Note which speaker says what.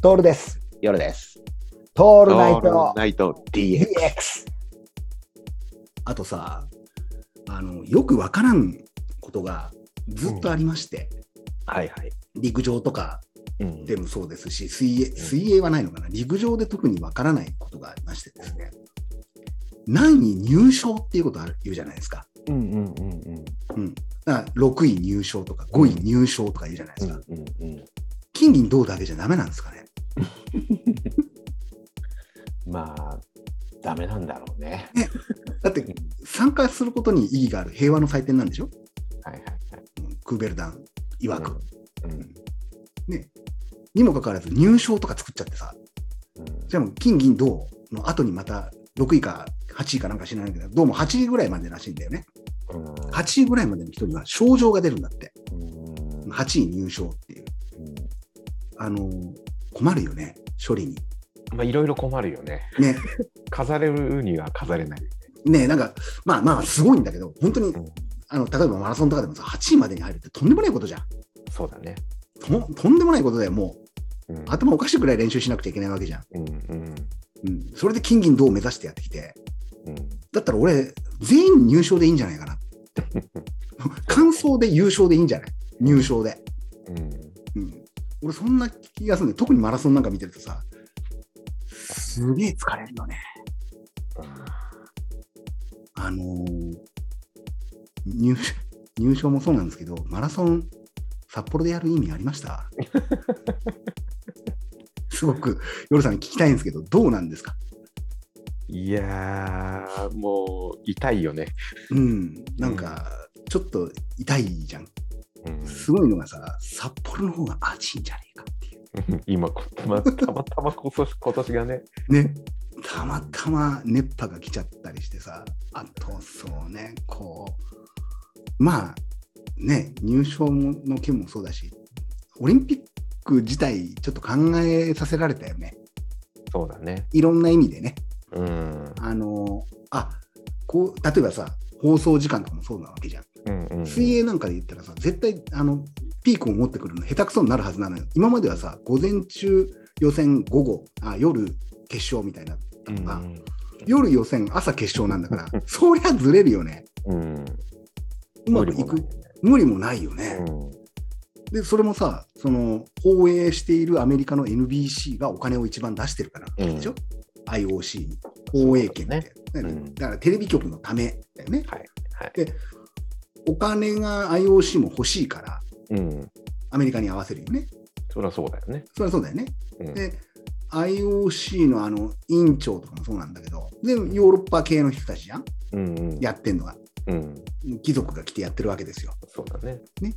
Speaker 1: トールです。
Speaker 2: 夜です。
Speaker 1: ト
Speaker 2: オ
Speaker 1: ールナイト
Speaker 2: ナイト DX。
Speaker 1: DX。
Speaker 3: あとさあのよくわからんことがずっとありまして、
Speaker 2: はいはい。
Speaker 3: 陸上とか
Speaker 2: うん
Speaker 3: でもそうですし水泳水泳はないのかな陸上で特にわからないことがありましてですね何位入賞っていうことある言うじゃないですか
Speaker 2: うんうんうんうん
Speaker 3: だから6位入賞とか5位入賞とか言うじゃないで
Speaker 2: う
Speaker 3: すか、
Speaker 2: んうんうん。
Speaker 3: 金銀銅だけじゃダメなんですかね
Speaker 2: まあ、ダメなんだろうね。
Speaker 3: だって参加することに意義がある平和の祭典なんでしょ
Speaker 2: はいはいはい。
Speaker 3: うんクーベルダン曰く、
Speaker 2: うん
Speaker 3: ねにもかかわらず入賞とか作っちゃってさ
Speaker 2: うん
Speaker 3: じゃあもう金銀銅の後にまた6位か8位かなんか知らないけど、どうも8位ぐらいまでらしいんだよね。
Speaker 2: うん
Speaker 3: 8位ぐらいまでの人には賞状が出るんだって。
Speaker 2: うんうん
Speaker 3: 8位入賞っていう。あのー困るよね、処理に。
Speaker 2: まあ、いろいろ困るよね。
Speaker 3: ね、
Speaker 2: 飾れるには飾れない。
Speaker 3: ねなんか、まあまあ、すごいんだけど、本当に
Speaker 2: うん、
Speaker 3: あの、例えばマラソンとかでもさ、8位までに入るってとんでもないことじゃん。
Speaker 2: そうだね。
Speaker 3: ととんでもないことだよ、もう。
Speaker 2: うん
Speaker 3: 頭おかしいくらい練習しなくちゃいけないわけじゃん。
Speaker 2: うんうん
Speaker 3: うん。それで金銀銅を目指してやってきて、
Speaker 2: うん。
Speaker 3: だったら俺、全員入賞でいいんじゃないか な。感想で優勝でいいんじゃない入賞で。
Speaker 2: うん
Speaker 3: うん。俺、そんな気がするんで、特にマラソンなんか見てるとさ、すげえ疲れるよね。あのー入賞、入賞もそうなんですけど、マラソン、札幌でやる意味ありました すごく、夜さんに聞きたいんですけど、どうなんですか
Speaker 2: いやー、もう痛いよね。
Speaker 3: うん。なんか、ちょっと痛いじゃん。
Speaker 2: うん
Speaker 3: すごいのがさ、札幌の方が暑いんじゃねえかっていう。
Speaker 2: 今、こまたまたま今年今年がね。
Speaker 3: ね。たまたま熱波が来ちゃったりしてさ、あとそうね、こう、まあ、ね、入賞の件もそうだし、オリンピック自体、ちょっと考えさせられたよね。
Speaker 2: そうだね。
Speaker 3: いろんな意味でね。
Speaker 2: うん。
Speaker 3: あの、あこう、例えばさ、放送時間とかもそうなわけじゃん。
Speaker 2: うんうんうん
Speaker 3: 水泳なんかで言ったらさ、絶対あのピークを持ってくるの下手くそになるはずなのよ。今まではさ、午前中予選、午後、あ夜決勝みたいなのが、
Speaker 2: うん
Speaker 3: 夜予選、朝決勝なんだ から、そりゃずれるよね。
Speaker 2: うん。
Speaker 3: うまくいく無理もないよね。で、それもさ、その放映しているアメリカの NBC がお金を一番出してるからなんでしょ、?IOC に、放映権って。だから
Speaker 2: うん
Speaker 3: だからテレビ局のためだよね。
Speaker 2: はい。
Speaker 3: お金が IOC も欲しいから、
Speaker 2: うん。
Speaker 3: アメリカに合わせるよね。
Speaker 2: そりゃそうだよね。
Speaker 3: そりゃそうだよね。
Speaker 2: うん
Speaker 3: で、IOC のあの委員長とかもそうなんだけど、で、ヨーロッパ系の人たちじゃん、
Speaker 2: うんうん。
Speaker 3: やってんのが、
Speaker 2: うん。
Speaker 3: 貴族が来てやってるわけですよ。
Speaker 2: そうだね。
Speaker 3: ね、